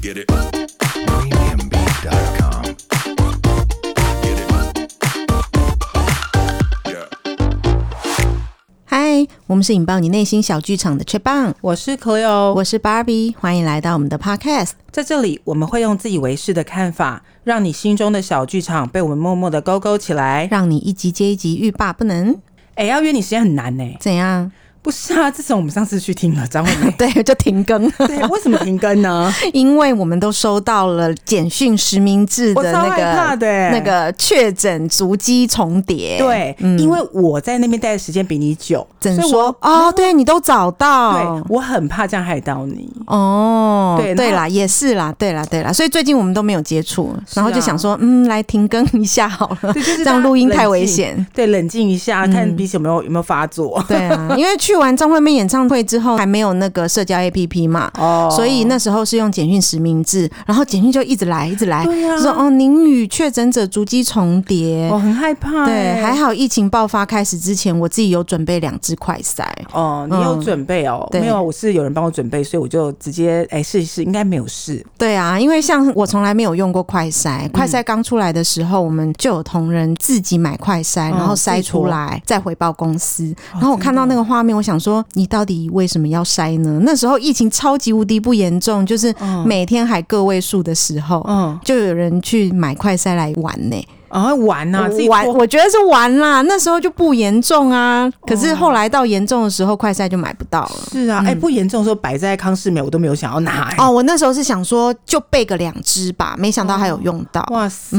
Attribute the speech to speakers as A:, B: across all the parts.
A: Get it. Premiumbeat.com. Get it. Yeah.
B: 嗨，我们是引爆你内心小剧场的 c h i p n
C: 我是 Cleo，
B: 我是 Barbie，欢迎来到我们的 Podcast。
C: 在这里我们会用自以为是的看法，让你心中的小剧场被我们默默的勾勾起来。
B: 让你一集接一集欲罢不能。
C: 哎、要约你时间很难呢、
B: 怎样？
C: 不是啊，自从我们上次去听了张惠妹，
B: 对，就停更，
C: 对，为什么停更呢？
B: 因为我们都收到了简讯实名制
C: 我
B: 的
C: 超
B: 那
C: 害怕
B: 个
C: 的、欸，
B: 那。个确诊足迹重叠。，
C: 对，因为我在那边待的时间比你久，
B: 怎
C: 所
B: 嗯
C: 以
B: 说
C: 我？
B: 哦，对你都找
C: 对
B: 到。，
C: 我很怕这样害 到你。
B: 哦，
C: 对
B: 对
C: 然后
B: 啦，也是啦，对啦，对啦，所以最近我们都没有接触，然后
C: 是啊
B: 就想说，嗯，来停更一下好了，
C: 对，就是
B: 这样
C: 大家
B: 录音太
C: 冷
B: 危
C: 静。
B: 险。嗯
C: 对，冷静一下，看彼此有没有有没有发作。
B: 对啊，因为去完张惠妹演唱会之后，还没有那个社交 APP 嘛，
C: 哦
B: 所以那时候是用简讯实名制，然后简讯就一直来，一直来，
C: 对呀、啊
B: 说哦，您与确诊者足迹重叠。
C: 我很害怕、
B: 对，
C: 欸
B: 还好疫情爆发开始之前，我自己有准备两支快筛。
C: 哦，你有
B: 嗯
C: 准备哦？
B: 对
C: 没有啊，我是有人帮我准备，所以我就直接哎试一试，应该没有事。
B: 对啊，因为像我从来没有用过快筛，
C: 嗯
B: 快筛刚出来的时候，我们就有同仁自己买快筛，
C: 嗯
B: 然后筛出来再回报公司。
C: 哦
B: 然后我看到那个画面，我想说，你到底为什么要筛呢？那时候疫情超级无敌不严重，就是
C: 嗯
B: 每天还个位数的时候，
C: 嗯，
B: 就有人去买快筛来玩呢、
C: 然后啊玩呐，自己
B: 玩，
C: 脱
B: 我觉得是玩啦。那时候就不严重啊，可
C: 哦
B: 是后来到严重的时候，快筛就买不到了。
C: 是啊，哎，不严重的时候摆在康世美，我都没有想要拿。哎
B: 嗯哦，我那时候是想说就备个两只吧，没想到还
C: 哦
B: 有用到。
C: 哇塞，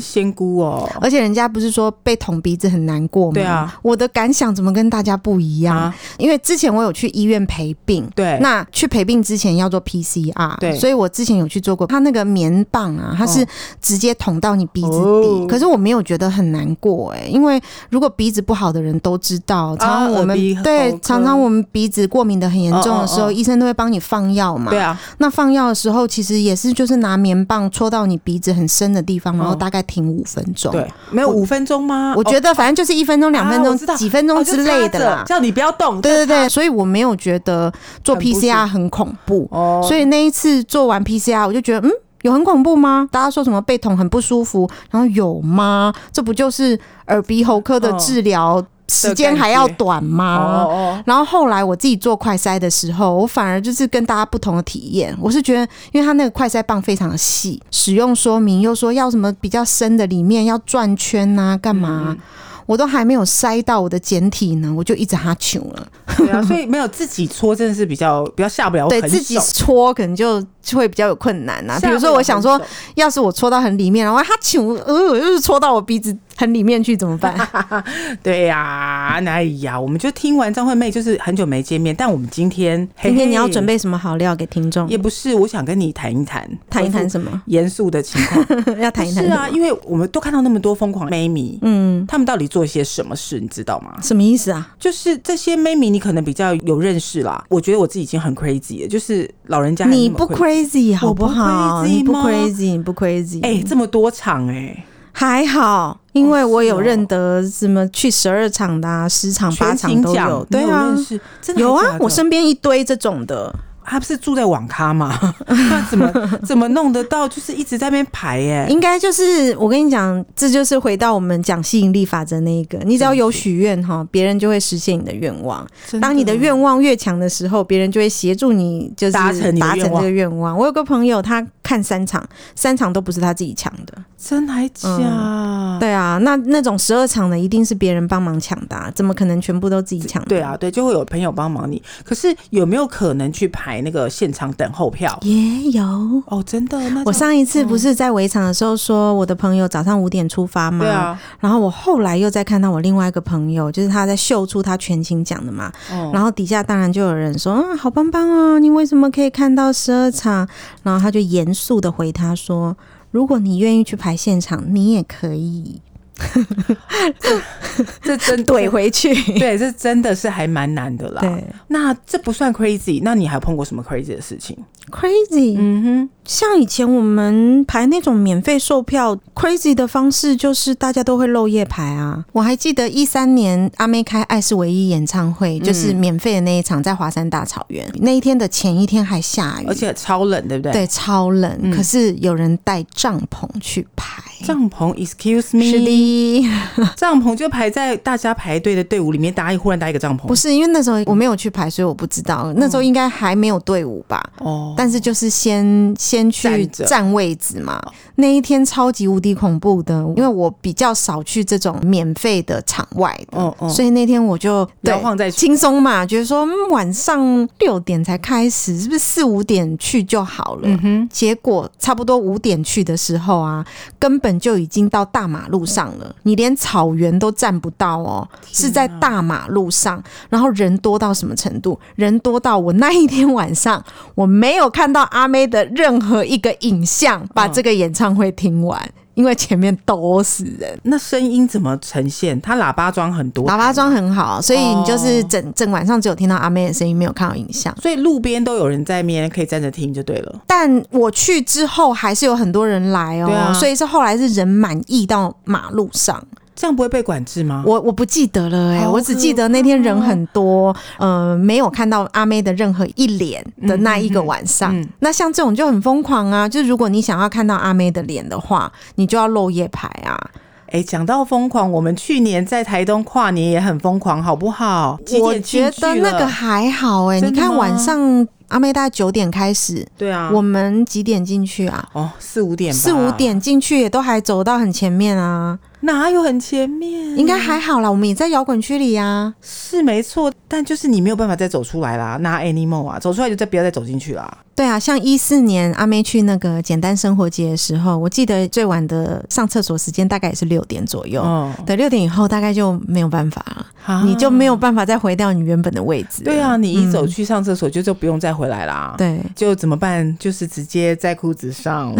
C: 仙姑哦，
B: 而且人家不是说被捅鼻子很难过吗？
C: 对啊，
B: 我的感想怎么跟大家不一样？
C: 啊，
B: 因为之前我有去医院陪病，
C: 对，
B: 那去陪病之前要做 PCR，
C: 对
B: 所以我之前有去做过，它那个棉棒啊，它是直接捅到你鼻子底，
C: 哦
B: 可是我没有觉得很难过哎、因为如果鼻子不好的人都知道，常常我们、
C: 啊耳鼻喉
B: 对
C: 科
B: 常常我们鼻子过敏的很严重的时候，
C: 哦哦哦
B: 医生都会帮你放药嘛，
C: 对啊，
B: 那放药的时候其实也是就是拿棉棒戳到你鼻子很深的地方，然后
C: 哦
B: 大概停五分钟，
C: 对，没有五分钟吗？哦
B: 我觉得反正就是一分钟、两分
C: 啊
B: 钟
C: 我知、道
B: 几分钟之类的啦。
C: 叫你不要动。
B: 对对
C: 这样
B: 对，所以我没有觉得做
C: 很不适
B: PCR 很恐怖，
C: 哦，
B: 所以那一次做完 PCR，我就觉得嗯。有很恐怖吗？大家说什么背痛很不舒服，然后有吗？这不就是耳鼻喉科的
C: 哦
B: 治疗时间
C: 感
B: 还要
C: 觉
B: 短
C: 哦
B: 吗？
C: 哦，
B: 然后后来我自己做快筛的时候，我反而就是跟大家不同的体验。我是觉得，因为它那个快筛棒非常的细，使用说明又说要什么比较深的里面要转圈呐、干嘛、
C: 嗯
B: 我都还没有筛到我的简体呢，我就一直哈啾了。
C: 对啊，所以没有自己搓真的是比较比较下不了
B: 对
C: 狠
B: 自己
C: 手
B: 搓可能就就会比较有困难呐、比
C: 下不
B: 如
C: 了
B: 说，我想说
C: 狠，手
B: 要是我搓到很里面，然后哈啾，呃，就是戳到我鼻子很里面去，怎么 办？
C: 对呀、哎呀，我们就听完张惠妹，就是很久没见面，但我们今天嘿嘿
B: 今天你要准备什么好料给听众？
C: 也不是，我想跟你谈一谈，
B: 谈一谈
C: 恢复
B: 什么？
C: 严肃的情况。
B: 要谈一谈
C: 是
B: 什
C: 啊，
B: 么
C: 因为我们都看到那么多疯狂妹迷，嗯，他们到底做些什么事，你知道吗？
B: 什么意思啊？
C: 就是这些妹迷，你可能比较有认识啦。我觉得我自己已经很 crazy 了，就是老人家还
B: 你
C: 那么
B: 不 crazy 好
C: 我不
B: 好？
C: crazy
B: 你不
C: 吗
B: crazy，你不 crazy，
C: 哎、这么多场哎、
B: 还好，因为我有
C: 哦
B: 认得什么去十二场的、啊、十场、八
C: 全
B: 场
C: 勤
B: 都
C: 奖
B: 有，
C: 你
B: 对啊
C: 认。识真的
B: 有
C: 还
B: 啊
C: 假，的
B: 我身边一堆这种的，
C: 他不是住在网咖 嘛？那怎么怎么弄得到？就是一直在那边排哎、
B: 应该就是我跟你讲，这就是回到我们讲吸引力法则那一个，你只要有许愿哈，别人就会实现你的愿望。
C: 真
B: 当你的愿望越强的时候，别人就会协助你，就是
C: 达成你的
B: 达
C: 愿望
B: 成这个愿望。我有个朋友，他看三场，三场都不是他自己抢的。
C: 真还假？
B: 对啊，那那种十二场的一定是别人帮忙抢的、啊，怎么可能全部都自己抢？
C: 对，啊，对，就会有朋友帮忙你。可是有没有可能去排那个现场等候票？
B: 也有。
C: 哦，真的，那
B: 我
C: 这样嗯
B: 上一次不是在围场的时候说我的朋友早上五点出发吗？
C: 对。啊，
B: 然后我后来又再看到我另外一个朋友，就是他在秀出他全勤奖的嘛，
C: 哦，
B: 然后底下当然就有人说啊，好棒棒哦，你为什么可以看到十二场？然后他就严肃的回他说，如果你愿意去排现场，你也可以
C: 这 真
B: 怼回去。
C: 这对，这真的是还蛮难的啦。
B: 对，
C: 那这不算 crazy，那你还碰过什么 crazy 的事情？
B: crazy。
C: 嗯
B: 像以前我们排那种免费售票，crazy 的方式就是大家都会漏夜排啊。我还记得一三年阿妹开《爱是唯一》演唱会，就是免费的那一场，在华山大草原。那一天的前一天还下雨，
C: 哼，而且超冷，对不对？
B: 对超冷，
C: 嗯
B: 可是有人带帐篷去排。
C: 帐篷，excuse
B: 是
C: me，
B: 的，
C: 帐篷就排在大家排队的队伍里面，大家忽然搭一个帐篷，
B: 不是因为那时候我没有去排，所以我不知道。那时候应该还没有队伍吧？
C: 哦，
B: 但是就是先先去
C: 站着哦
B: 占位置嘛。那一天超级无敌恐怖的，因为我比较少去这种免费的场外的，
C: 哦哦
B: 所以那天我就对
C: 摇晃在
B: 轻松嘛，觉得说、嗯晚上六点才开始，是不是四五点去就好了？
C: 嗯哼，
B: 结果差不多五点去的时候啊，根本就已经到大马路上了，你连草原都站不到哦，
C: 啊
B: 是在大马路上，然后人多到什么程度？人多到我那一天晚上我没有看到阿妹的任何一个影
C: 嗯
B: 像，把这个演唱会听完，因为前面都是人。
C: 那声音怎么呈现？它喇叭装很多，啊
B: 喇叭装很好，所以你就是
C: 哦
B: 整、整晚上只有听到阿妹的声音，没有看到影像。
C: 所以路边都有人在面可以站着听就对了。
B: 但我去之后还是有很多人来哦，
C: 对啊
B: 所以是后来是人满溢到马路上。
C: 这样不会被管制吗？
B: 我我不记得了哎、
C: 好
B: 我只记得那天人很多，呃，没有看到阿妹的任何一脸的那一个晚上。
C: 嗯嗯嗯
B: 那像这种就很疯狂啊！就是如果你想要看到阿妹的脸的话，你就要漏夜排啊。
C: 哎，讲到疯狂，我们去年在台东跨年也很疯狂，好不好？几
B: 我
C: 点进
B: 觉
C: 去
B: 得那个
C: 了
B: 还好哎、
C: 真
B: 你
C: 的吗
B: 看晚上阿妹大概九点开始，
C: 对啊，
B: 我们几点进去啊？
C: 哦四五点吧
B: 四五，点进去也都还走到很前面啊，
C: 哪有很前面？
B: 应该还好
C: 嗯
B: 啦。我们也在摇滚区里啊，
C: 是没错，但就是你没有办法再走出来啦，拿 animal 啊，走出来就再不要再走进去啦。
B: 对啊，像一四年阿妹去那个简单生活节的时候，我记得最晚的上厕所时间大概也是六点左右。
C: 哦，
B: 对，六点以后大概就没有办法了，
C: 啊
B: 你就没有办法再回到你原本的位置。
C: 对，啊，你一走去上厕所就就不用再回来啦。。
B: 对，
C: 就怎么办？就是直接在裤 子上，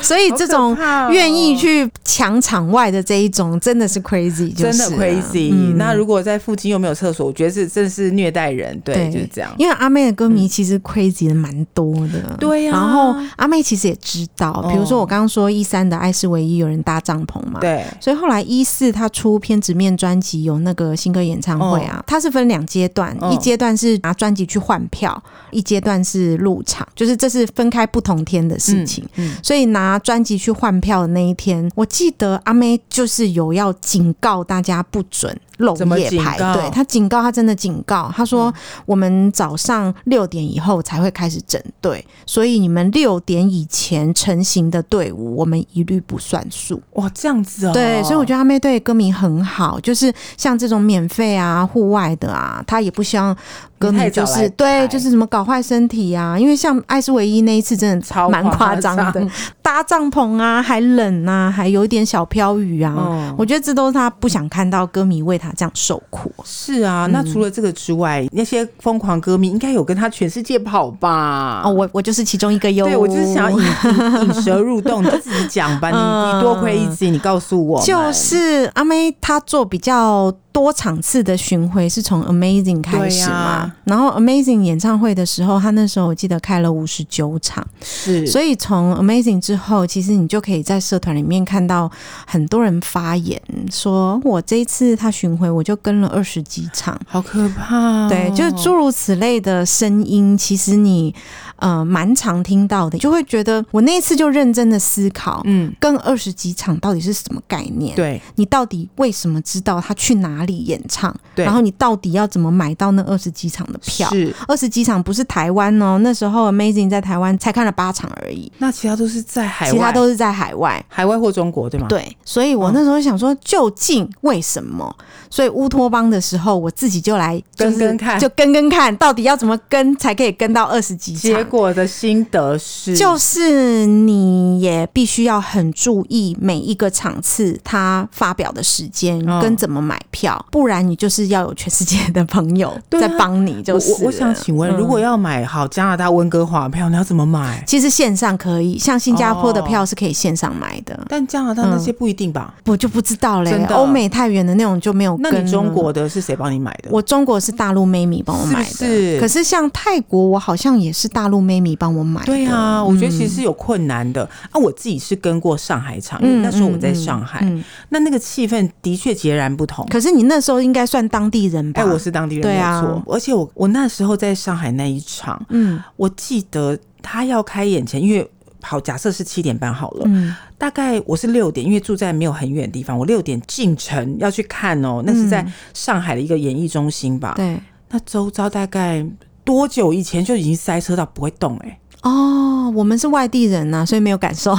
B: 所以这种
C: 好可怕哦
B: 愿意去抢场外的这一种，真的是 crazy，就是
C: 真
B: 了
C: 的 crazy、
B: 嗯
C: 那如果在附近又没有厕所，我觉得是真的是虐待人，对，
B: 对
C: 就是这样。嗯
B: 因为阿妹的歌迷其实 crazy 的蛮多的，
C: 对啊
B: 然后阿妹其实也知道，比如说
C: 哦
B: 我刚刚说一三的《爱是唯一》有人搭帐篷嘛，
C: 对，
B: 所以后来一四他出偏执面专辑有那个新歌演唱会啊，它是分两阶段，
C: 哦
B: 一阶段是拿专辑去换票，一阶段是入场，就是这是分开不同天的事情。
C: 嗯，
B: 所以拿专辑去换票的那一天，我记得阿妹就是有要警告大家不准漏
C: 怎么
B: 夜
C: 警
B: 排
C: 告嗯
B: 队，她警告，她真的警告，她说我们早上六点以后才会开始整队，所以你们六点以前成型的队伍，我们一律不算数。
C: 哇，这样子哦。
B: 对，所以我觉得阿妹对歌迷很好，就是像这种免费啊、户外的啊，她也不希望歌迷就
C: 你太早
B: 是
C: 来
B: 对，
C: 排
B: 就是什么搞坏身体啊。因为像爱是唯一那一次，真的
C: 超
B: 蛮夸张 的，搭帐篷啊，还冷啊，还有一点小飘雨啊。
C: 哦
B: 我觉得这都是她不想看到歌迷为她这样受苦。
C: 是啊，
B: 嗯
C: 那除了这个之外，那些疯狂歌迷应该有跟他全世界跑吧？
B: 哦，我我就是其中一个哟。
C: 对，我就是想要引引引蛇入洞，你就自己讲吧。你你多亏一集，你告诉我们，
B: 嗯就是阿妹她做比较多场次的巡回，是从 Amazing 开始嘛。
C: 对啊
B: 然后 Amazing 演唱会的时候，她那时候我记得开了五十九场，
C: 是，
B: 所以从 Amazing 之后，其实你就可以在社团里面看到很多人发言说，我这一次她巡回我就跟了二十几场。
C: 好可怕、哦。
B: 对，就是诸如此类的声音，其实你呃蛮常听到的，就会觉得我那一次就认真的思考，
C: 嗯，
B: 跟二十几场到底是什么概念？
C: 对
B: 你到底为什么知道他去哪里演唱？
C: 对，
B: 然后你到底要怎么买到那二十几场的票？
C: 是，
B: 二十几场不是台湾哦，那时候 Amazing 在台湾才看了八场而已，
C: 那其他都是在海外，
B: 其他都是在海外。
C: 海外或中国对吗？，
B: 对，所以我那时候想说，究竟为什么？所以乌托邦的时候，我自己就来、就是、
C: 跟跟看
B: 就跟跟看，到底要怎么跟才可以跟到二十几场？
C: 结果的心得是，
B: 就是你也必须要很注意每一个场次他发表的时间
C: 哦
B: 跟怎么买票，小，不然你就是要有全世界的朋友
C: 对啊
B: 在帮你，就是
C: 我我我想
B: 了嗯
C: 请问，如果要买好加拿大温哥华票，你要怎么买？
B: 其实线上可以，像新加坡的
C: 哦
B: 票是可以线上买的，
C: 但加拿大那
B: 嗯
C: 些不一定吧？
B: 我就不知道嘞
C: 真。的
B: 欧美太远的那种就没有
C: 那
B: 跟。
C: 你中，国的是谁帮你买的？
B: 我中国是大陆妹咪帮我买的，
C: 是不是
B: 可是像泰国，我好像也是大陆妹咪帮我买的。
C: 对啊，我觉得其实是有困难的、啊。我自己是跟过上海场，因为那时候我在上海，
B: 嗯嗯嗯
C: 那那个气氛的确截然不同。
B: 可是你那时候应该算当地人吧？
C: 哎、我是当地人
B: 对
C: 没有
B: 啊
C: 错，而且我我那时候在上海那一场，
B: 嗯
C: 我记得他要开演前，因为好假设是七点半好了，
B: 嗯，
C: 大概我是六点，因为住在没有很远的地方，我六点进城要去看哦，那是在上海的一个演艺中心吧？
B: 嗯对。
C: 那周遭大概多久以前就已经塞车到不会动哎、
B: 哦，我们是外地人呐、所以没有感 受。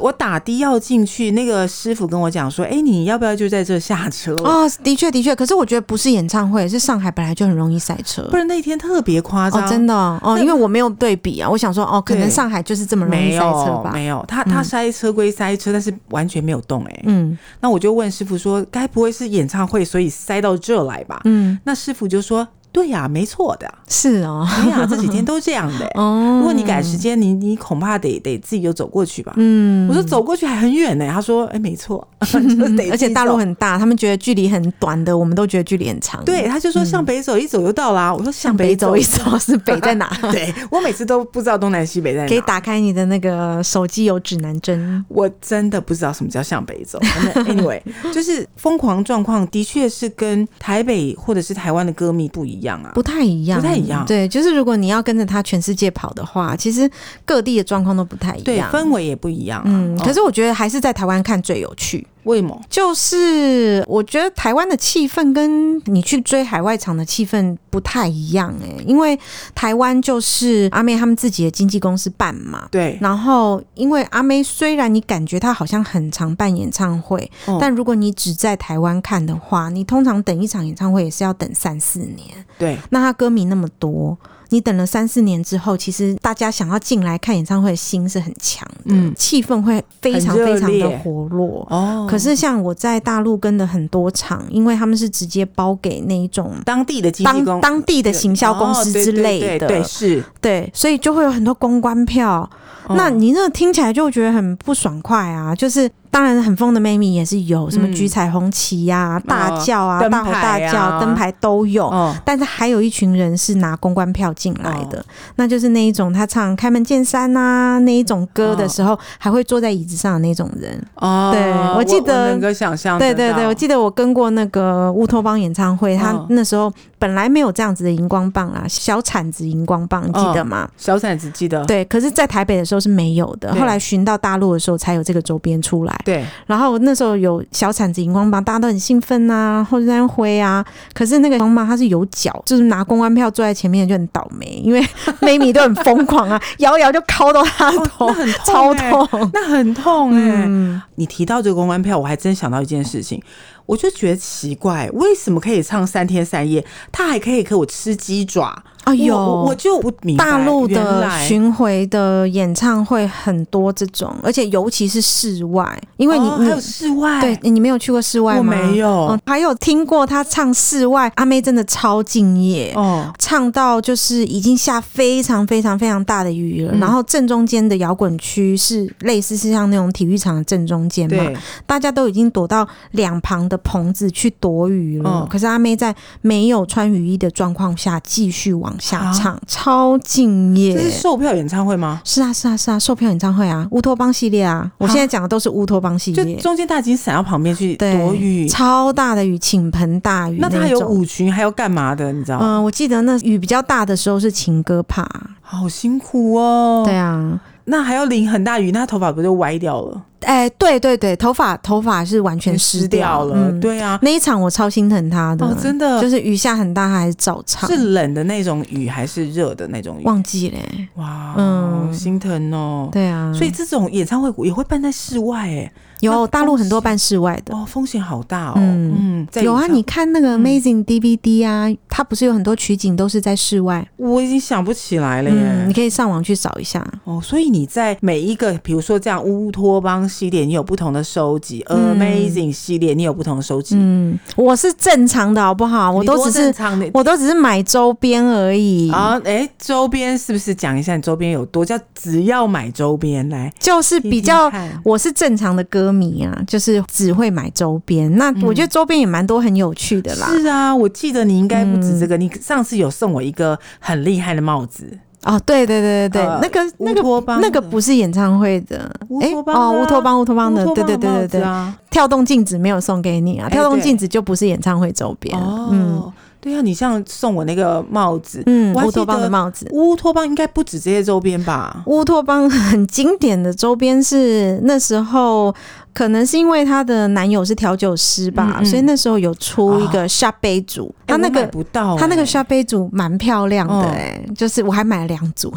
C: 我打的要进去，那个师傅跟我讲说，哎、你要不要就在这下车？
B: 哦，的确的确，可是我觉得不是演唱会，是上海本来就很容易塞车。
C: 不然那天特别夸张、
B: 哦，真的哦，哦
C: 那
B: 因为我没有对比啊，我想说哦，可能
C: 对
B: 上海就是这么容易
C: 没
B: 塞车
C: 有
B: 吧。
C: 没有，他他塞车归塞车，但是完全没有动哎、
B: 嗯
C: 那我就问师傅说，该不会是演唱会所以塞到这来吧？
B: 嗯，
C: 那师傅就说，对呀、没错的，
B: 是哦，
C: 对哎呀、这几天都这样的、欸。
B: 哦，
C: 如果你赶时间，你你恐怕得得自己就走过去吧。
B: 嗯
C: 我说走过去还很远呢、他说哎、没错， 就是得
B: 嗯而且
C: 自己
B: 大陆
C: 走
B: 很大，他们觉得距离很短的，我们都觉得距离很长。
C: 对，，他就说向北走一走就到啦。我说向
B: 嗯向北走
C: 走
B: 一走 是北在哪？
C: 对我每次都不知道东南西北在哪。
B: 可以打开你的那个手机有指南针。
C: 我真的不知道什么叫向北走。反正 anyway，就是疯狂状况的确是跟台北或者是台湾的歌迷不一样啊。
B: 不太一样，
C: 不太一样
B: 对，就是如果你要跟着他全世界跑的话，其实各地的状况都不太一
C: 对，
B: 样。
C: 氛围也不一样、啊。
B: 嗯，可
C: 哦
B: 是我觉得还是在台湾看最有趣。
C: 为什么？
B: 就是我觉得台湾的气氛跟你去追海外场的气氛不太一样哎、因为台湾就是阿妹他们自己的经纪公司办嘛。
C: 对，
B: 然后，因为阿妹虽然你感觉她好像很常办演唱会，
C: 哦
B: 但如果你只在台湾看的话，你通常等一场演唱会也是要等三四年。
C: 对
B: 那她歌迷那么多，你等了三四年之后，其实大家想要进来看演唱会的心是很强的，
C: 嗯
B: 气氛会非常
C: 很热
B: 非常的
C: 烈
B: 活络。
C: 哦，
B: 可是像我在大陆跟的很多场，因为他们是直接包给那一种
C: 当地的经纪
B: 当
C: 公
B: 当地的行销公司
C: 哦对
B: 之
C: 对
B: 类
C: 对
B: 的，
C: 对是。
B: 对所以就会有很多公关票。那
C: 哦
B: 你那听起来就觉得很不爽快啊！就是当然很疯的妹妹也是有，什么
C: 嗯
B: 举彩虹旗呀、大叫啊、
C: 灯
B: 大吼大
C: 牌啊
B: 叫、灯牌都有。
C: 哦
B: 但是还有一群人是拿公关票进来的，那就是那一种他唱《开门见山》啊那一种歌的时候，还会坐在椅子上的那种人。
C: 哦，
B: 对我记得
C: 能够想象
B: 对
C: 得到，
B: 对对，我记得我跟过那个乌托邦演唱会，他
C: 嗯
B: 那时候本来没有这样子的荧光棒啦，小铲子荧光棒，你记得吗？
C: 小闪只记得
B: 对，可是，在台北的时候是没有的，
C: 哦对
B: 后来寻到大陆的时候才有这个周边出来。
C: 对
B: 然后那时候有小铲子荧光棒，大家都很兴奋呐、啊，或者在那边挥啊。可是那个荧光棒它是有脚，就是拿公关票坐在前面就很倒霉，因为妹咪都很疯狂 啊，摇一摇就敲到他的
C: 哦
B: 头，
C: 那 很痛
B: 超
C: 欸
B: 痛。
C: 那很痛哎、
B: 嗯，
C: 你提到这个公关票，我还真想到一件事情，我就觉得奇怪，为什么可以唱三天三夜，他还可以给我吃鸡爪？
B: 哎呦，
C: 我我就不明白
B: 大陆
C: 原
B: 的
C: 来
B: 巡回的演唱会很多这种，而且尤其是室外，因为你、
C: 哦
B: 你
C: 还有室外，
B: 对，你没有去过室外
C: 我
B: 吗？
C: 没有
B: 嗯，还有听过他唱室外，阿妹真的超敬业。
C: 哦，
B: 唱到就是已经下非常非常非常大的雨了，
C: 嗯
B: 然后正中间的摇滚区是类似是像那种体育场的正中间嘛，
C: 对，
B: 大家都已经躲到两旁的棚子去躲雨了，
C: 嗯
B: 可是阿妹在没有穿雨衣的状况下继续往下
C: 啊
B: 唱，超敬业。
C: 这是售票演唱会吗？
B: 是啊，是啊，是啊，售票演唱会啊，乌托邦系列啊，我现在讲的都是乌托邦系
C: 就
B: 列，
C: 中间大金闪到旁边去
B: 对，
C: 躲雨，
B: 超大的雨，倾盆大雨
C: 那他
B: 种
C: 有舞群，还要干嘛的？你知道？
B: 嗯、我记得那雨比较大的时候是情歌趴，
C: 好辛苦哦。
B: 对，啊，
C: 那还要淋很大雨，那头发不就歪掉了，
B: 哎、对对对，头发头发是完全湿
C: 湿掉了。
B: 嗯，
C: 对啊，
B: 那一场我超心疼他的，
C: 哦，真的
B: 就是雨下很大，他还是照唱，
C: 是冷的那种雨，还是热的那种雨？
B: 忘记嘞、
C: 哇，
B: 嗯
C: 心疼哦。
B: 对啊，
C: 所以这种演唱会也会办在室外、哎，
B: 有
C: 那
B: 大陆很多办室外的。
C: 哦，风险好大哦。
B: 嗯
C: 嗯，在
B: 有啊，
C: 演唱嗯
B: 你看那个 Amazing DVD 啊，它不是有很多取景都是在室外，嗯
C: 我已经想不起来了耶。
B: 嗯，你可以上网去找一下。
C: 哦，所以你在每一个，比如说这样乌托邦康系列，你有不同的收集、amazing 系列，你有不同的收集。
B: 嗯，我是正常的好不好？我都只
C: 你多正
B: 是
C: 常的
B: 我都只是买周边而已，
C: 啊，哎、周边是不是讲一下你周边有多？叫只要买周边来
B: 就是比较
C: 听听看
B: 我是正常的歌迷啊，就是只会买周边。那我觉得周边也蛮多很有趣的啦。嗯
C: 嗯是啊，我记得你应该不止这个，你上次有送我一个很厉害的帽子，
B: 哦，对对对对对，
C: 呃
B: 那个那
C: 乌托邦
B: 个
C: 的
B: 那个不是演唱会的，
C: 乌
B: 诶
C: 托邦
B: 哦，
C: 的啊
B: 乌托邦乌托邦的，
C: 乌
B: 对对对
C: 的帽
B: 对
C: 子
B: 对，
C: 啊，
B: 跳动镜子没有送给你啊，
C: 哎
B: 跳动
C: 对
B: 镜子就不是演唱会周边，
C: 哦，
B: 嗯
C: 对啊，你像送我那个帽子，
B: 嗯，
C: 我还
B: 乌
C: 记得
B: 托邦的帽子。
C: 乌托邦应该不止这些周边吧？
B: 乌托邦很经典的周边是那时候，可能是因为她的男友是调酒师吧，
C: 嗯嗯
B: 所以那时候有出一个下杯组，
C: 哎
B: 她那
C: 我
B: 个
C: 买不到、
B: 它那个
C: 哎
B: 下杯组蛮漂亮的、
C: 嗯
B: 欸，就是我还买了两组，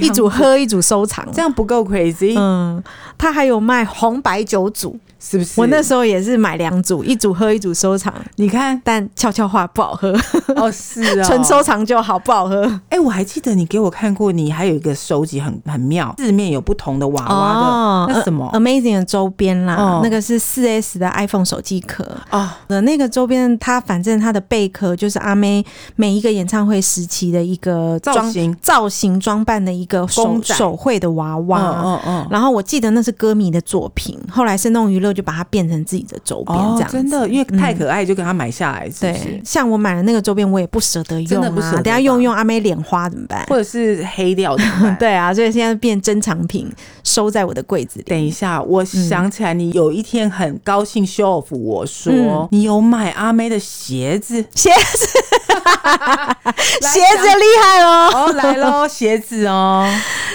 B: 一组喝，一组收藏。
C: 这样不够 crazy，、
B: 嗯，它还有卖红白酒组，
C: 是不是？
B: 我那时候也是买两组，一组喝，一组收藏。
C: 你看
B: 但悄悄话不好喝，
C: 哦，是啊、
B: 纯收藏就好，不好喝。
C: 哎、我还记得你给我看过，你还有一个收集很很妙，四面有不同的娃娃的，啊那什么
B: 呃？Amazing 的周边啦，
C: 哦
B: 那个是四 S 的 iPhone 手机壳。
C: 哦，
B: 的那个周边，它反正它的贝壳就是阿妹每一个演唱会时期的一个
C: 造
B: 装
C: 型
B: 造型装扮的一个手
C: 公仔
B: 手绘的娃娃。
C: 哇，嗯嗯，
B: 然后我记得那是歌迷的作品，后来生动娱乐就把它变成自己的周边，这
C: 哦
B: 样，子、
C: 真的，因为太可爱，就给它买下来，是不
B: 对
C: 是，？
B: 像我买了那个周边，我也不舍得
C: 真
B: 用
C: 的不舍
B: 啊，
C: 得吧
B: 等下用用阿妹脸花怎么办？
C: 或者是黑掉怎么 办？
B: 对啊，所以现在变珍藏品，收在我的柜子里。
C: 等一下，我想起来，你有一天很高兴 show off 我说、
B: 嗯
C: 你有买阿妹的鞋子，
B: 鞋子，
C: 来
B: 鞋子厉害哦！
C: 哦来 喽，鞋子哦，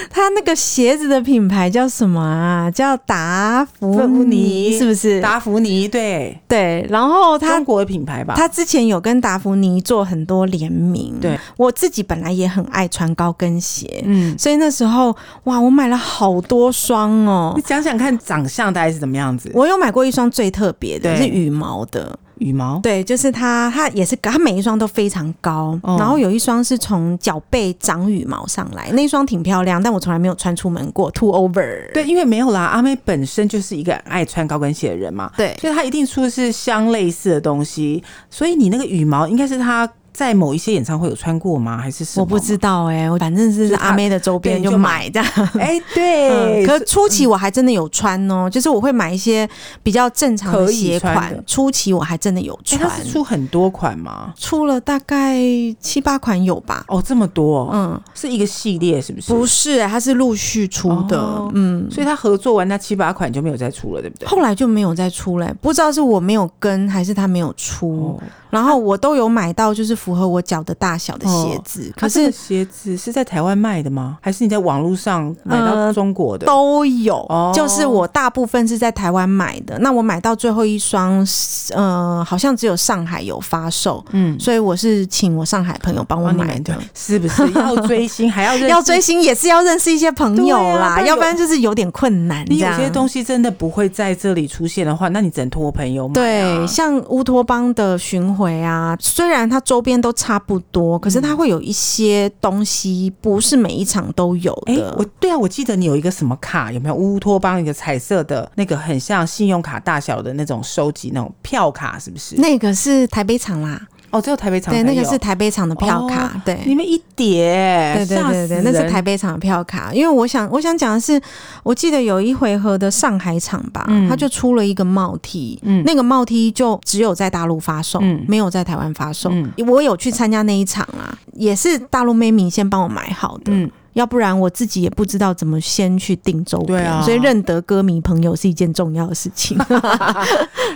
B: 它那个鞋子的品牌叫什么啊？叫达芙
C: 芙
B: 妮，
C: 妮
B: 是不是？
C: 达芙妮，对，
B: 对，然后它
C: 中国的啊品牌吧，
B: 他之前有跟达芙妮做很多联名，
C: 对
B: 我自己本来也很爱穿高跟鞋，
C: 嗯，
B: 所以那时候哇，我买了好多双哦
C: 你。想想看，长相大概是怎么样子？
B: 我有买过一双最特别的，
C: 对
B: 是羽毛的，
C: 羽毛，
B: 对，就是它，它也是它每一双都非常高，
C: 哦
B: 然后有一双是从脚背长羽毛上来，那一双挺漂亮，但我从来没有穿出门过，two over，
C: 对，因为没有啦，阿妹本身就是一个爱穿高跟鞋的人嘛，
B: 对
C: 所以她一定出的是相类似的东西。所以你那个羽毛应该是她在某一些演唱会有穿过吗？还是什么？
B: 我不知
C: 道。
B: 道哎、我反正是
C: 是它
B: 阿妹的周边
C: 对你
B: 就
C: 就
B: 买这样。
C: 哎、
B: 嗯，
C: 对，
B: 可初期我还真的有穿哦，就是我会买一些比较正常的
C: 可以
B: 鞋
C: 穿
B: 款
C: 的，
B: 初期我还真的有
C: 哎
B: 穿
C: 它，是出很多款吗？
B: 出了大概七八款有吧。
C: 哦，这么多，
B: 嗯，
C: 是一个系列是不是？
B: 不是、欸它是陆续出的，
C: 哦
B: 嗯，
C: 所以她合作完那七八款就没有再出了，对不对？
B: 后来就没有再出嘞、不知道是我没有跟还是它没有出，
C: 哦，
B: 然后我都有买到就是符合我脚的大小的鞋子，可
C: 可哦是、这
B: 是
C: 个鞋子是在台湾卖的吗？还是你在网络上买到
B: 呃
C: 中国的？
B: 都有，
C: 哦
B: 就是我大部分是在台湾买的，那我买到最后一双，呃，好像只有上海有发售，
C: 嗯，
B: 所以我是请我上海朋友帮我
C: 帮哦你
B: 买
C: 买
B: 的
C: 的。，是不是要追星还要认 识
B: 要追星也是要认识一些朋友
C: 对啊
B: 啦，
C: 但有
B: 要不然就是有点困难这
C: 你有
B: 样。
C: 些东西真的不会在这里出现的话，那你只能托朋友买、啊
B: 对，，像乌托邦的巡回啊，虽然它周边都差不多，可是它会有一些东西不是每一场都有
C: 哎、
B: 的。
C: 我对啊，我记得你有一个什么卡，有没有乌托邦一个彩色的那个很像信用卡大小的那种收集那种票卡，是不是？
B: 那个是台北场啦，
C: 哦，只有台北场
B: 对，那
C: 才
B: 个
C: 有
B: 是台北场的票卡，
C: 哦
B: 对。
C: 里面一叠，
B: 对对
C: 吓
B: 对对，
C: 死
B: 那是
C: 人
B: 台。北场的票卡，因为我想我想讲的是，我记得有一回合的上海场吧，
C: 嗯
B: 他就出了一个帽 T，、
C: 嗯
B: 那个帽 T 就只有在大陆发售，
C: 嗯
B: 没有在台湾发售。
C: 嗯
B: 我有去参加那一场啊，也是大陆妹明先帮我买好的。
C: 嗯，
B: 要不然我自己也不知道怎么先去订周边，
C: 对啊
B: 所以认得歌迷朋友是一件重要的事 情。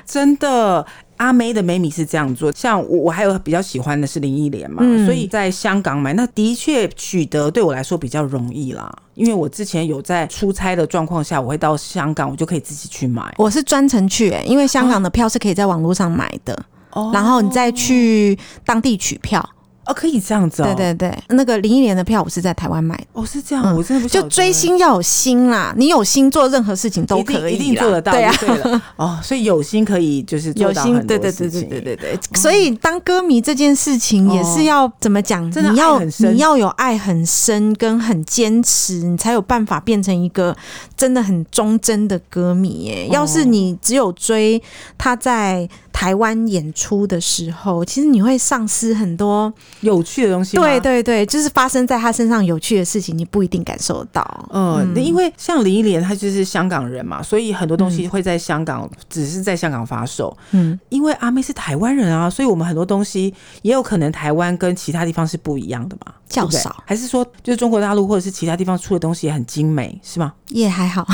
C: 真的。阿妹的美米是这样做，像我我还有比较喜欢的是林忆莲嘛，
B: 嗯
C: 所以在香港买，那的确取得对我来说比较容易啦，因为我之前有在出差的状况下，我会到香港，我就可以自己去买。
B: 我是专程去、欸，因为香港的票是可以在网络上买的，
C: 哦
B: 然后你再去当地取票。
C: 啊，可以这样子哦。
B: 对，对对，那个零一年的票我是在台湾买的，
C: 哦是这样，
B: 嗯
C: 我真的不晓
B: 就
C: 得
B: 追星要有心啦，你有心做任何事情都
C: 一定
B: 可以
C: 一定
B: 啦
C: 做得到，
B: 对啊，
C: 就对 了。哦，所以有心可以就是做
B: 有
C: 到
B: 心
C: 很多
B: 对对
C: 事
B: 对对
C: 情
B: 对对对，
C: 嗯
B: 所以当歌迷这件事情也是要怎么讲？
C: 哦真的
B: 你
C: 爱
B: 要
C: 很深
B: 你要有爱很深跟很坚持，你才有办法变成一个真的很忠贞的歌迷耶。
C: 哦
B: 要是你只有追他在台湾演出的时候，其实你会丧失很多。
C: 有趣的东西吗。
B: 对对对，就是发生在他身上有趣的事情，你不一定感受得到。
C: 嗯，那因为像林忆莲，她就是香港人嘛，所以很多东西会在香港，只是在香港发售。
B: 嗯，
C: 因为阿妹是台湾人啊，所以我们很多东西也有可能台湾跟其他地方是不一样的嘛，
B: 较
C: 对不对
B: 少
C: 还是说就是中国大陆或者是其他地方出的东西也很精美，是吗？
B: 也还好。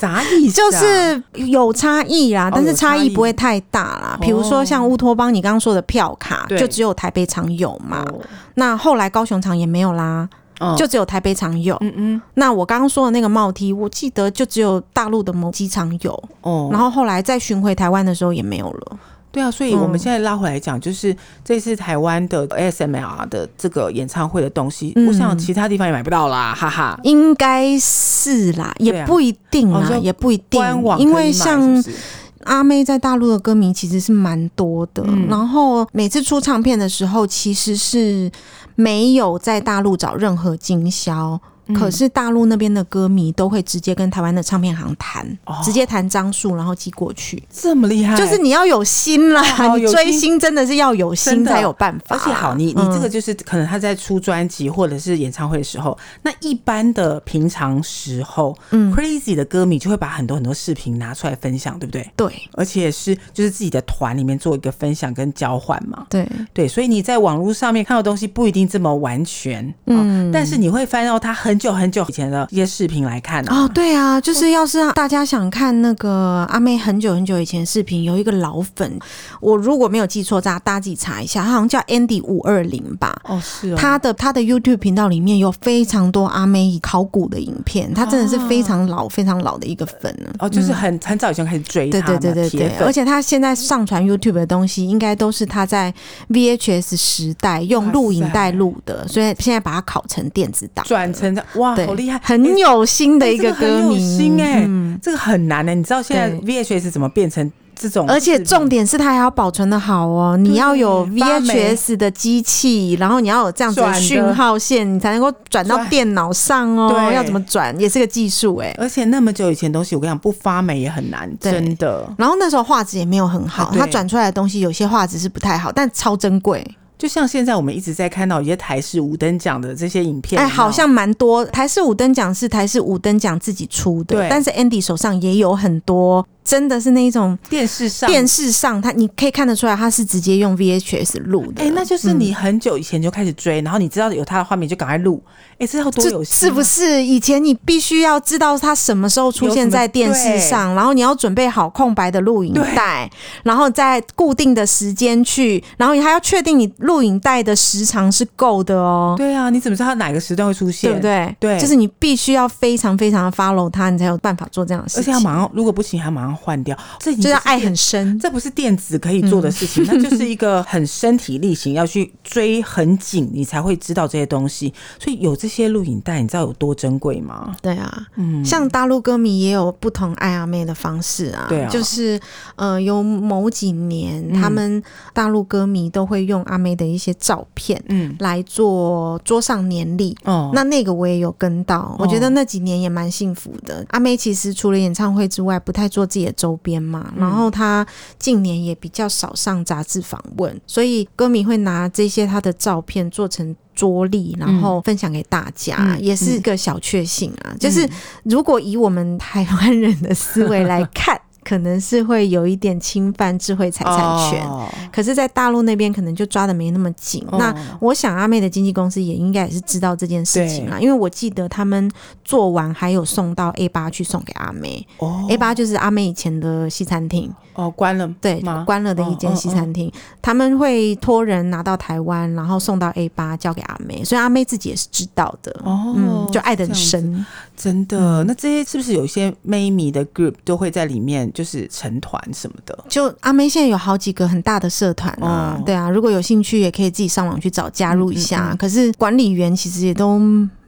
C: 啥意思、啊？
B: 就是有差异啦，但是
C: 哦有差
B: 差
C: 异
B: 异不会太大啦。比如说像乌托邦，你刚刚说的票卡，
C: 哦对
B: 就只有台北场有嘛。
C: 哦
B: 那后来高雄场也没有啦，
C: 嗯
B: 就只有台北场有。
C: 嗯嗯
B: 那我刚刚说的那个帽 T，我记得就只有大陆的某机场有，
C: 哦，
B: 然后后来再巡回台湾的时候也没有了。
C: 对啊，所以我们
B: 嗯
C: 现在拉回来讲，就是这次台湾的 ASMR 啊的这个演唱会的东西，
B: 嗯
C: 我想其他地方也买不到啦，哈哈。
B: 应该是啦，
C: 对啊
B: 也不一定啦，
C: 哦就
B: 也不一定
C: 官网，可以
B: 因
C: 买
B: 为像
C: 是不是
B: 阿妹在大陆的歌迷其实是蛮多的，
C: 嗯
B: 然后每次出唱片的时候，其实是没有在大陆找任何经销。
C: 嗯
B: 可是大陆那边的歌迷都会直接跟台湾的唱片行谈，
C: 哦
B: 直接谈张数，然后寄过去。
C: 这么厉害，
B: 就是你要有心啦，
C: 好
B: 你
C: 哦有
B: 追
C: 心
B: 星真的是要有
C: 真
B: 心
C: 的
B: 才有办法。嗯
C: 而且好，你你这个就是可能他在出专辑或者是演唱会的时候，那一般的平常时候、
B: 嗯
C: c，r a z y 的歌迷就会把很多很多视频拿出来分享，对不对？
B: 对
C: 而且是就是自己的团里面做一个分享跟交换嘛，
B: 对，
C: 对，所以你在网络上面看到的东西不一定这么完全，嗯、
B: 嗯
C: 但是你会翻到他很久很久以前的一些视频来看啊，
B: 哦，对啊，就是要是大家想看那个阿妹很久很久以前的视频，有一个老粉，我如果没有记错，大家大家自己查一下，他好像叫 Andy 五二零吧。
C: 哦是哦，
B: 他的他的 YouTube 频道里面有非常多阿妹考古的影片，他真的是非常老、非常老的一个粉了。
C: 哦就是很很早以前开始追
B: 嗯对
C: 他
B: 对
C: 嘛，
B: 对对
C: 铁
B: 对，
C: 粉
B: 而且他现在上传 YouTube 的东西，应该都是他在 VHS 时代
C: 哇
B: 用
C: 塞
B: 录影带录的，所以现在把它烤成电子档了。
C: 转成的哇
B: 对
C: 好厉害，哎
B: 很有心的一
C: 这
B: 个
C: 很
B: 歌
C: 有
B: 迷，
C: 心哎、
B: 嗯
C: 这个很难的、你知道现在 VHS 怎么变成这种？
B: 而且重点是它还要保存的好哦，你要有
C: 对发霉
B: VHS 的机器，然后你要有这样子的
C: 转的
B: 讯号线，你才能够转到
C: 转
B: 电脑上哦。
C: 对
B: 要怎么转也是个技术哎、
C: 而且那么久以前的东西，我跟你讲，不发霉也很难，
B: 对
C: 真的。
B: 然后那时候画质也没有很好
C: 啊，对
B: 它转出来的东西有些画质是不太好，但超珍贵。
C: 就像现在我们一直在看到一些台式五等奖的这些影片，
B: 哎，
C: 有没有
B: 好像蛮多台式五等奖是台式五等奖自己出的
C: 对，
B: 但是 Andy 手上也有很多，真的是那一种
C: 电视上
B: 电。视上他你可以看得出来，他是直接用 VHS 录的。嗯
C: 哎、那就是你很久以前就开始追，然后你知道有他的画面就赶快录，哎、这要多有
B: 这
C: 心
B: 是
C: 啊、
B: 不是以前你必须要知道它什么时候出现在电视上，然后你要准备好空白的录影带，然后在固定的时间去，然后你还要确定你录影带的时长是够的哦，
C: 对啊，你怎么知道他哪个时段会出现？
B: 对不？对？
C: 对
B: 就是你必须要非常非常的 follow 它，你才有办法做这样的事
C: 而且
B: 情
C: 要，马上，如果不行，还马上换掉。这已经
B: 就是要
C: 不是
B: 爱
C: 电
B: 很嗯深。
C: 这不是电子可以做的事情，那就是一个很身体力行，要去追很紧，你才会知道这些东西。所以有这些录影带，你知道有多珍贵吗？
B: 对啊，
C: 嗯
B: 像大陆歌迷也有不同爱阿妹的方式啊，
C: 对啊嗯
B: 就是呃，有某几年、他们大陆歌迷都会用阿妹的一些照片
C: 嗯，
B: 来做桌上年历。
C: 哦，
B: 那那个我也有跟到，我觉得那几年也蛮幸福的。阿妹其实除了演唱会之外，不太做自己的周边嘛，
C: 嗯
B: 然后她近年也比较少上杂志访问，所以歌迷会拿这些她的照片做成。桌历，然后分享给大家，
C: 嗯
B: 也是一个小确幸啊。就是如果以我们台湾人的思维来看， 可能是会有一点侵犯智慧财产权。
C: 哦
B: 可是，在大陆那边可能就抓的没那么紧。
C: 哦
B: 那我想阿妹的经纪公司也应该也是知道这件事情啦，啊因为我记得他们做完还有送到 A 八去送给阿妹、
C: 哦
B: a 八就是阿妹以前的西餐厅，
C: 哦，关了
B: 对
C: 吗？嗯
B: 关了的一间西餐厅，他们会托人拿到台湾，然后送到 A 八交给阿妹，所以阿妹自己也是知道的。
C: 哦
B: 嗯，就爱的很
C: 这样子
B: 深，
C: 真的，那这些是不是有一些妹迷的 group 都会在里面就是成团什么的？
B: 就阿妹现在有好几个很大的社团啊，
C: 哦嗯
B: 对啊，如果有兴趣也可以自己上网去找加入一下。可是管理员其实也都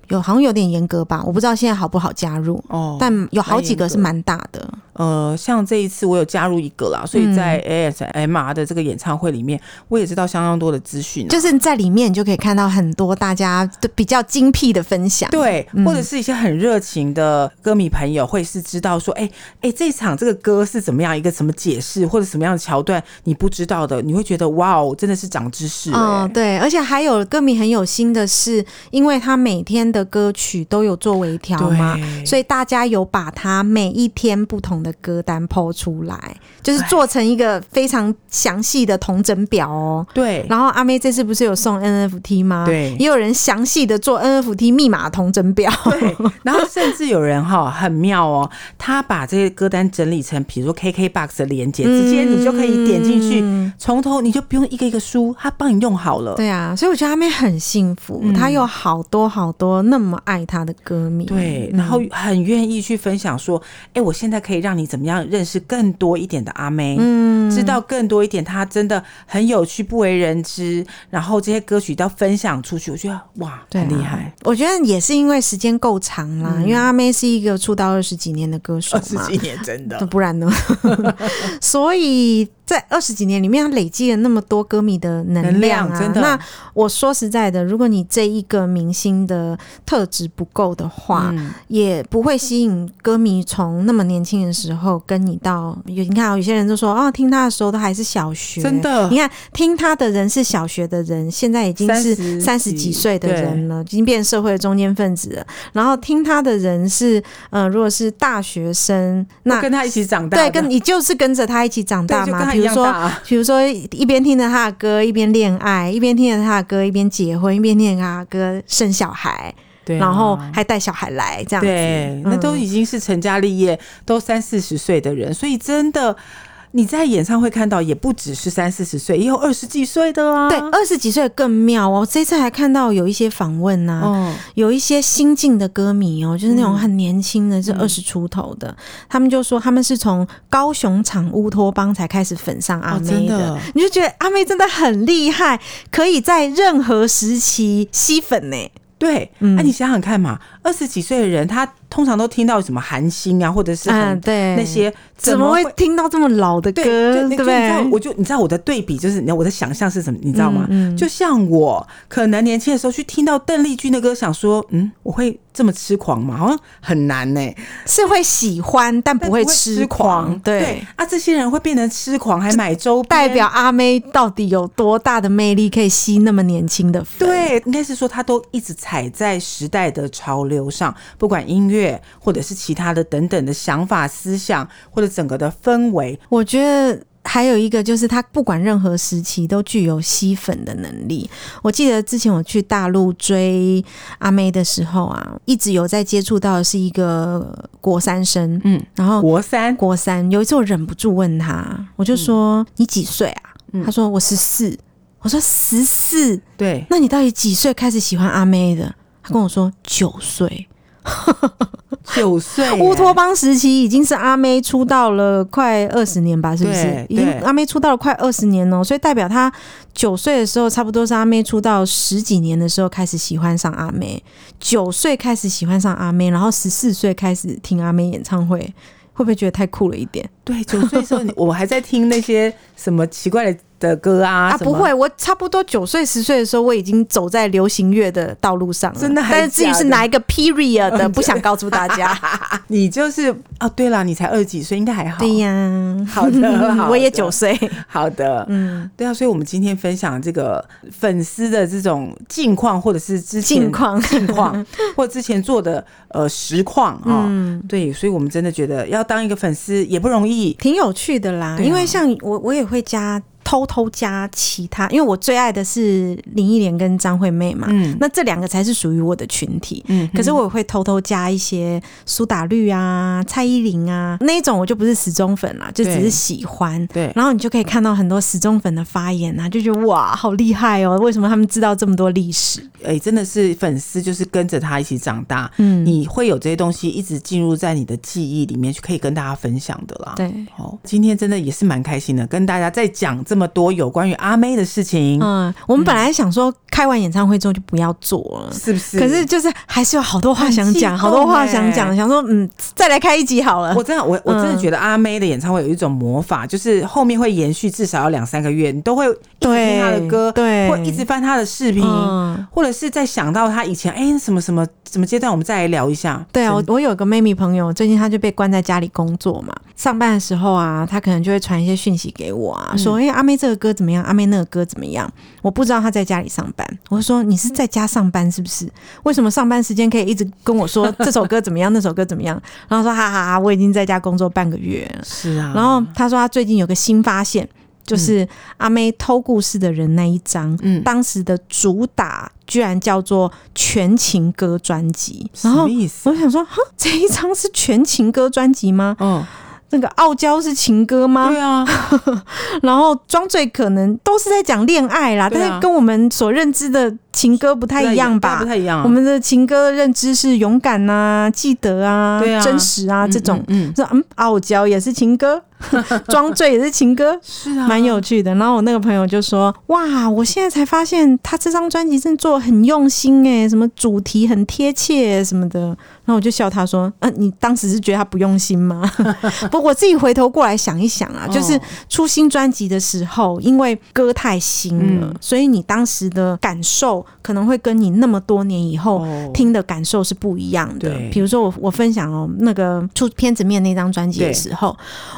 B: 有好像有点严格吧，我不知道现在好不好加入，
C: 哦，
B: 但有好几个是
C: 蛮
B: 蛮大的。
C: 呃，像这一次我有加入一个啦，所以在 ASMR 的这个演唱会里面，我也知道相当多的资讯啊、
B: 就是在里面你就可以看到很多大家都比较精辟的分享。
C: 对，或者是一些很热情的歌迷朋友，会是知道说，哎、哎、这一场这个歌是怎么样一个什么解释，或者什么样的桥段你不知道的，你会觉得哇哦，真的是长知识、欸。
B: 嗯，对，而且还有歌迷很有心的是，因为他每天的歌曲都有做微调嘛，
C: 对
B: 所以大家有把他每一天不同的歌单抛出来，就是做成一个非常详细的同整表哦。
C: 对，
B: 然后阿妹这次不是有送 NFT 吗？
C: 对
B: 也有人详细的做 NFT 密码同整表。
C: 对，然后甚至有人哈很妙哦，他把这些歌单整理成，比如说 KKBOX 的连
B: 嗯
C: 接，直接你就可以点进去，从头你就不用一个一个输，他帮你用好了。嗯
B: 对啊，所以我觉得阿妹很幸福，她有好多好多那么爱她的歌迷。
C: 对，然后很愿意去分享说，哎、我现在可以让你怎么样认识更多一点的阿妹，嗯，知道更多一点，她真的很有趣，不为人知。然后这些歌曲都分享出去，我觉得哇，
B: 对啊
C: 很厉害，
B: 我觉得也是因为时间够长啦，
C: 嗯
B: 因为阿妹是一个出道二十几年的歌手嘛，
C: 年 真
B: 那，不 然呢？所以在二十几年里面，她累积了那么多歌迷的能量啊。
C: 能量真的
B: 那我说实在的，如果你这一个明星的特质不够的话，
C: 嗯
B: 也不会吸引歌迷从那么年轻的时候跟你到有你看、哦，有些人就说哦，听他的时候都还是小学，
C: 真的
B: 你看听他的人是小学的人，现在已经是三
C: 30
B: 十
C: 几
B: 几岁的
C: 对
B: 人了，已经变社会的中间分子了。然后听他的人是，呃，如果是大学生，那
C: 跟她一起长大
B: 对
C: 的，
B: 跟你就是跟着他一起长
C: 对
B: 大
C: 就跟
B: 嘛，
C: 她
B: 比
C: 一
B: 如
C: 样
B: 说
C: 大啊。
B: 比如说，一边听着他的歌，一边恋爱；一边听着他的歌，一边结婚；一边听着他的歌生小孩，
C: 对啊
B: 然后还带小孩来这样子。嗯
C: 对，那都已经是成家立业，都三四十岁的人，所以真的。你在演唱会看到也不只是三四十岁，也有二十几岁的啊。
B: 对，二十几岁更妙哦！我这次还看到有一些访问啊呐、
C: 哦，
B: 有一些新进的歌迷哦，就是那
C: 嗯
B: 种很年轻的，是二十出头的，他们就说他们是从高雄场乌托邦才开始粉上阿
C: 哦
B: 妹
C: 真
B: 啊的，
C: 的
B: 你就觉得阿妹真的很厉害，可以在任何时期吸粉呢、
C: 对，那、
B: 嗯
C: 你想想看嘛，二十几岁的人，他通常都听到什么韩星啊，或者是很、
B: 嗯，对，
C: 那些
B: 怎么
C: 么
B: 会听到这么老的歌？
C: 对，就
B: 对
C: 你
B: 不
C: 就你知道，
B: 对？
C: 我就你知道我的对比就是，你知道我的想象是什么，你知道吗？
B: 嗯嗯
C: 就像我可能年轻的时候去听到邓丽君的歌，想说，嗯，我会这么痴狂吗？好像很难呢、
B: 是会喜欢，但
C: 但
B: 不会
C: 痴
B: 痴狂。
C: 对，啊，这些人会变成痴狂，还买周边，
B: 代表阿妹到底有多大的魅力，可以吸那么年轻的粉？
C: 对，应该是说他都一直踩在时代的潮流上，不管音乐或者是其他的等等的想法、思想或者整个的氛围，
B: 我觉得还有一个就是，他不管任何时期都具有吸粉的能力。我记得之前我去大陆追阿妹的时候啊，一直有在接触到的是一个国三生，嗯，然后
C: 国三
B: 国三有一次我忍不住问他，我就说、你几岁啊？他说我十四。我说十四，
C: 对，
B: 那你到底几岁开始喜欢阿妹的？他跟我说九岁，
C: 九岁耶
B: 乌托邦时期已经是阿妹出道了快二十年吧，是不是
C: 对？
B: 已经
C: 对
B: 阿妹出道了快二十年哦、所以代表她九岁的时候，差不多是阿妹出道十几年的时候开始喜欢上阿妹，九岁开始喜欢上阿妹，然后十四岁开始听阿妹演唱会，会不会觉得太酷了一点？
C: 对九岁的时候，你 我还在听那些什么奇怪的的歌啊，
B: 啊，
C: 什么
B: 不会，，我差不多九岁十岁的时候，我已经走在流行乐的道路上了。
C: 真的还
B: 但是至于
C: 假
B: 是
C: 的哦
B: 哪一个 period 的，不想告诉大家。
C: 你就是啊，对了，你才二十几岁，应该还好，
B: 对呀、
C: 好的好
B: 我也
C: 的
B: 九岁。
C: 好的，嗯，对啊，所以我们今天分享这个粉丝的这种近况，或者是之前
B: 近况
C: 近 况，或之前做的呃实况啊、
B: 嗯
C: 对，所以我们真的觉得要当一个粉丝也不容易，
B: 挺有趣的啦，
C: 对啊
B: 因为像我，我也会加偷偷加其他，因为我最爱的是林忆莲跟张惠妹嘛，
C: 嗯
B: 那这两个才是属于我的群体。
C: 嗯，
B: 可是我也会偷偷加一些苏打绿啊、蔡依林啊那一种，我就不是死忠粉啦，就只是
C: 对
B: 喜欢。
C: 对
B: 然后你就可以看到很多死忠粉的发言啊，就觉得哇，好厉害哦！为什么他们知道这么多历史？
C: 哎、真的是粉丝就是跟着他一起长大，
B: 嗯
C: 你会有这些东西一直进入在你的记忆里面，去可以跟大家分享的啦。，
B: 对，
C: 好，今天真的也是蛮开心的，跟大家再讲这么多有关于阿妹的事情，
B: 嗯，我们本来想说开完演唱会之后就不要做了。
C: 是不是？
B: 可是就是还是有好多话想讲，
C: 很激动
B: 好多话想讲，
C: 欸
B: 想说嗯，再来开一集好了
C: 我。真的，我我真
B: 嗯
C: 的觉得阿妹的演唱会有一种魔法，就是后面会延续至少要两三个月，你都会一直听她的歌，
B: 对
C: 或一直翻她的视频，
B: 嗯
C: 或者是在想到她以前哎、什么什么什么阶段，我们再来聊一下。
B: 对啊，我
C: 真的
B: 我有个妹妹朋友，最近她就被关在家里工作嘛。上班的时候啊，她可能就会传一些讯息给我啊，
C: 嗯
B: 说：“哎、阿妹这个歌怎么样？阿妹那个歌怎么样？”我不知道她在家里上班，我就说：“你是在家上班是不是？为什么上班时间可以一直跟我说这首歌怎么样，那首歌怎么样？”然后说：“哈哈哈，我已经在家工作半个月了。”
C: 是啊，
B: 然后她说她最近有个新发现，就是阿妹偷故事的人那一章，
C: 嗯
B: 当时的主打居然叫做全情歌专辑，
C: 什
B: 然后
C: 么。意思？
B: 我想说，哈，这一张是全情歌专辑吗？
C: 嗯，
B: 那个傲娇是情歌吗
C: 对？啊，
B: 然后装醉可能都是在讲恋爱啦，
C: 对啊
B: 但是跟我们所认知的情歌不太一样吧？
C: 不太一样啊。
B: 我们的情歌认知是勇敢啊、记得啊、
C: 对啊
B: 真实啊
C: 嗯
B: 这种。
C: 嗯，嗯
B: 说嗯，傲娇也是情歌， 装醉也是情歌，
C: 是啊，
B: 蛮有趣的。然后我那个朋友就说：“哇，我现在才发现他这张专辑真的做得很用心哎，什么主题很贴切什么的。”然后我就笑他说：“嗯、你当时是觉得他不用心吗？” 不，我自己回头过来想一想啊，就是
C: 哦
B: 出新专辑的时候，因为歌太新了，
C: 嗯
B: 所以你当时的感受可能会跟你那么多年以后。
C: 哦
B: 听的感受是不一样的
C: 对。
B: 比如说我我分享哦，那个出片子面那张专辑的
C: 对
B: 时候，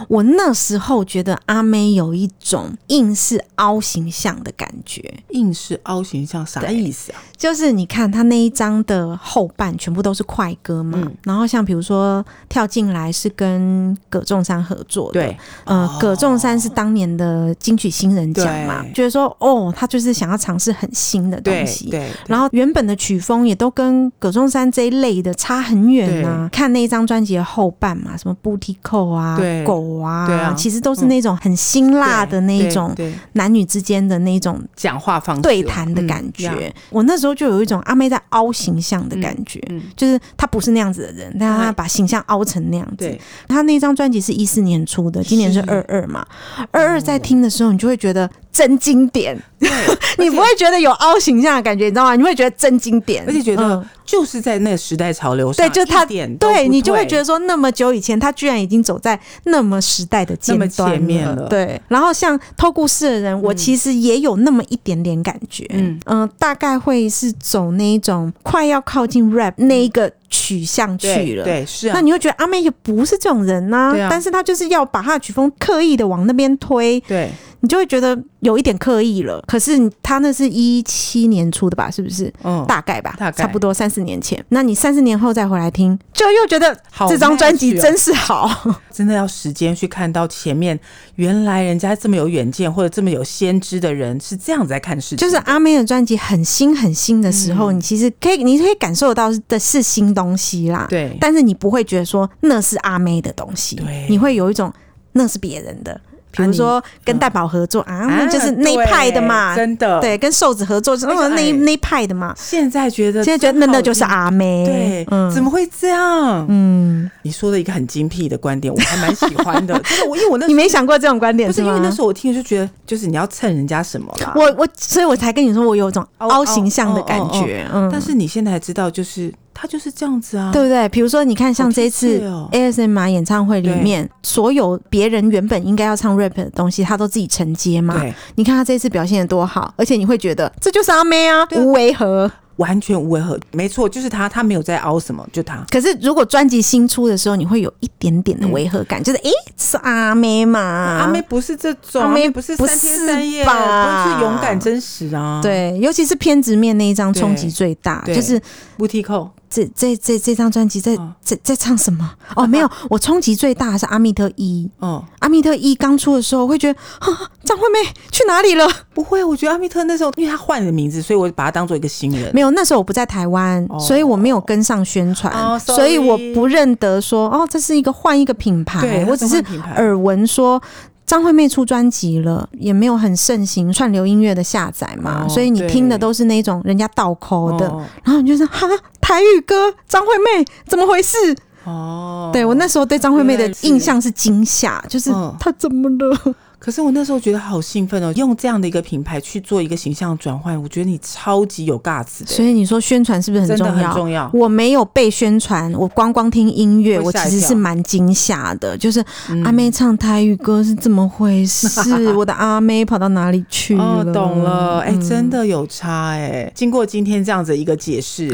B: 我那时候觉得阿妹有一种硬是凹形象的感觉，
C: 硬是 O 形象，啥意思啊？
B: 就是你看她那一张的后半全部都是快歌嘛，
C: 嗯
B: 然后像比如说跳进来是跟葛仲珊合作的，
C: 对，
B: 呃
C: 哦，
B: 葛仲珊是当年的金曲新人奖嘛，
C: 对
B: 觉得说哦，她就是想要尝试很新的
C: 对
B: 东西，
C: 对，
B: 然后原本的曲风也都跟葛仲珊这一类的差很远啊。看那一张专辑的后半嘛，什么 Booty 扣啊
C: 对、
B: 狗啊，
C: 对啊
B: 其实都是那种很辛辣的那一种
C: 对对
B: 男女之间的那一种
C: 讲话方式
B: 对谈的感觉。
C: 嗯呀
B: 我那时候就有一种阿妹在凹形象的感觉。
C: 嗯
B: 就是她不是那样子的人，但她
C: 哎
B: 把形象凹成那样子
C: 对。，
B: 她那张专辑是一四年出的，今年是
C: 是
B: 二二嘛。二二在听的时候，你就会觉得真经典， 你不会觉得有凹形象的感觉，你知道吗？你会觉得真经典，
C: 而且觉得
B: 嗯
C: 就是在那个时代潮流上，
B: 对，就他
C: 一点都不
B: 对你就会
C: 退
B: 觉得说，那么久以前，他居然已经走在那么时代的尖
C: 那
B: 端
C: 么前面了
B: 对，然后像偷故事的人，我其实也有那么一点点感觉，嗯
C: 嗯
B: 大概会是走那一种快要靠近 rap 那一个取向去
C: 对
B: 了。
C: 对是
B: 那
C: 啊，
B: 你会觉得阿妹也不是这种人呐、
C: 对啊
B: 但是她就是要把她的曲风刻意的往那边推，
C: 对
B: 你就会觉得有一点刻意了。可是他那是一七年出的吧？是不是？
C: 嗯，
B: 大概吧，
C: 大概
B: 差不多三十年前。那你三十年后再回来听，就又觉得
C: 好
B: 这张专辑
C: match 哦
B: 真是好。
C: 真的要时间去看到前面，原来人家这么有远见或者这么有先知的人是这样子在看事情，
B: 就是啊阿妹的专辑很新很新的时
C: 嗯
B: 候，你其实可以，你可以感受到的是新东西啦。，
C: 对
B: 但是你不会觉得说那是阿妹的东西
C: 对，啊
B: 你会有一种那是别人的。比如
C: 你嗯
B: 说跟蛋宝合作啊，那就是那一
C: 对
B: 派的嘛。
C: 真的。
B: 对，跟瘦子合作，
C: 而
B: 那
C: 且
B: 那
C: 哎
B: 那一派的嘛。
C: 现在觉得
B: 现在觉得
C: 真
B: 那
C: 好
B: 那就是
C: 听
B: 阿嗯妹，
C: 对，嗯怎么会这样？嗯，你说的一个很精辟的观点，我还蛮喜欢 的。真的，我因为我那
B: 你没想过这种观点
C: 不是因
B: 吗？
C: 为那时候我听就觉得，就是你要蹭人家什么啦。
B: 我我，所以我才跟你说，我有一种
C: 哦
B: 凹形象的感觉，嗯，
C: 但是你现在才知道，就是他就是这样子啊。
B: 对不对？比如说，你看像这一
C: 好贴
B: 次
C: 切哦
B: ASMR 演唱会里面，所有别人原本应该要唱 rap 的东西，他都自己承接嘛。
C: 对，
B: 你看他这一次表现的多好，而且你会觉得这就是阿妹啊，
C: 啊
B: 无违和。
C: 完全无违和，没错，就是他，他没有在凹什么，就他。
B: 可是如果专辑新出的时候，你会有一点点的
C: 嗯
B: 违和感，就是诶，这是阿妹嘛，
C: 阿妹不是这种，
B: 啊阿
C: 阿
B: 妹
C: 妹不是
B: 不
C: 三天
B: 是
C: 三夜，不
B: 吧
C: 是勇敢真实啊。
B: 对，尤其是偏执面那一张
C: 对
B: 冲击最大，
C: 对
B: 就是
C: ，Booty 扣，
B: 这这这这张专辑在
C: 嗯
B: 在在唱什么？哦， 没有，我冲击最大的是阿密特一。
C: 嗯，
B: 阿密特一刚出的时候，会觉得啊，张惠妹去哪里了？
C: 不会，我觉得阿密特那时候，因为他换了名字，所以我把他当做一个新人。
B: 没有，那时候我不在台湾，
C: 哦
B: 所以我没有跟上宣传，
C: 哦，sorry
B: 所以我不认得说哦，这是一个换一个品牌
C: 对，，
B: 我
C: 他
B: 只
C: 换
B: 是
C: 品牌
B: 耳闻说。张惠妹出专辑了，也没有很盛行串流音乐的下载嘛，
C: 哦
B: 所以你
C: 对
B: 听的都是那种人家倒抠的，
C: 哦
B: 然后你就说哈，台语歌张惠妹怎么回事？
C: 哦，
B: 对我那时候对张惠妹的
C: 原来是
B: 印象是惊吓，就是
C: 嗯
B: 她怎么了？
C: 可是我那时候觉得好兴奋哦，用这样的一个品牌去做一个形象转换，我觉得你超级有 guts 的，
B: 所以你说宣传是不是很
C: 真
B: 重
C: 的
B: 要
C: 很？重要。
B: 我没有被宣传，我光光听音乐，我
C: 会吓
B: 其
C: 一
B: 实是
C: 跳嗯
B: 蛮惊吓的。就是阿妹唱台语歌是怎么回 事？我的阿妹跑到哪里去了？
C: 哦，懂了，哎、真的有差哎、经过今天这样子一个解释，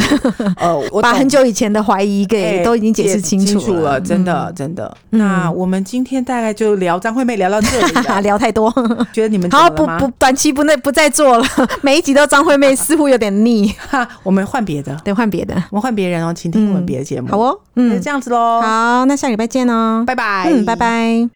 C: 呃，我
B: 把
C: 懂
B: 很久以前的怀疑给、
C: 哎
B: 都已经解释
C: 清
B: 清楚
C: 了，真的、真的。那我们今天大概就聊张惠妹聊到这里
B: 啊，
C: 了，
B: 聊太 多，
C: 觉得你们怎么
B: 好
C: 了
B: 不
C: 吗
B: 不，短期不那不再做了。 每一集都张惠妹，似乎有点腻，
C: 哈，我们换别的，
B: 得换别的。
C: 我们换别人哦，请听我们别的节目。
B: 好，哦，
C: 那就
B: 嗯，
C: 这样子喽，
B: 好，那下礼拜见哦，
C: 拜拜，
B: 嗯，拜。拜。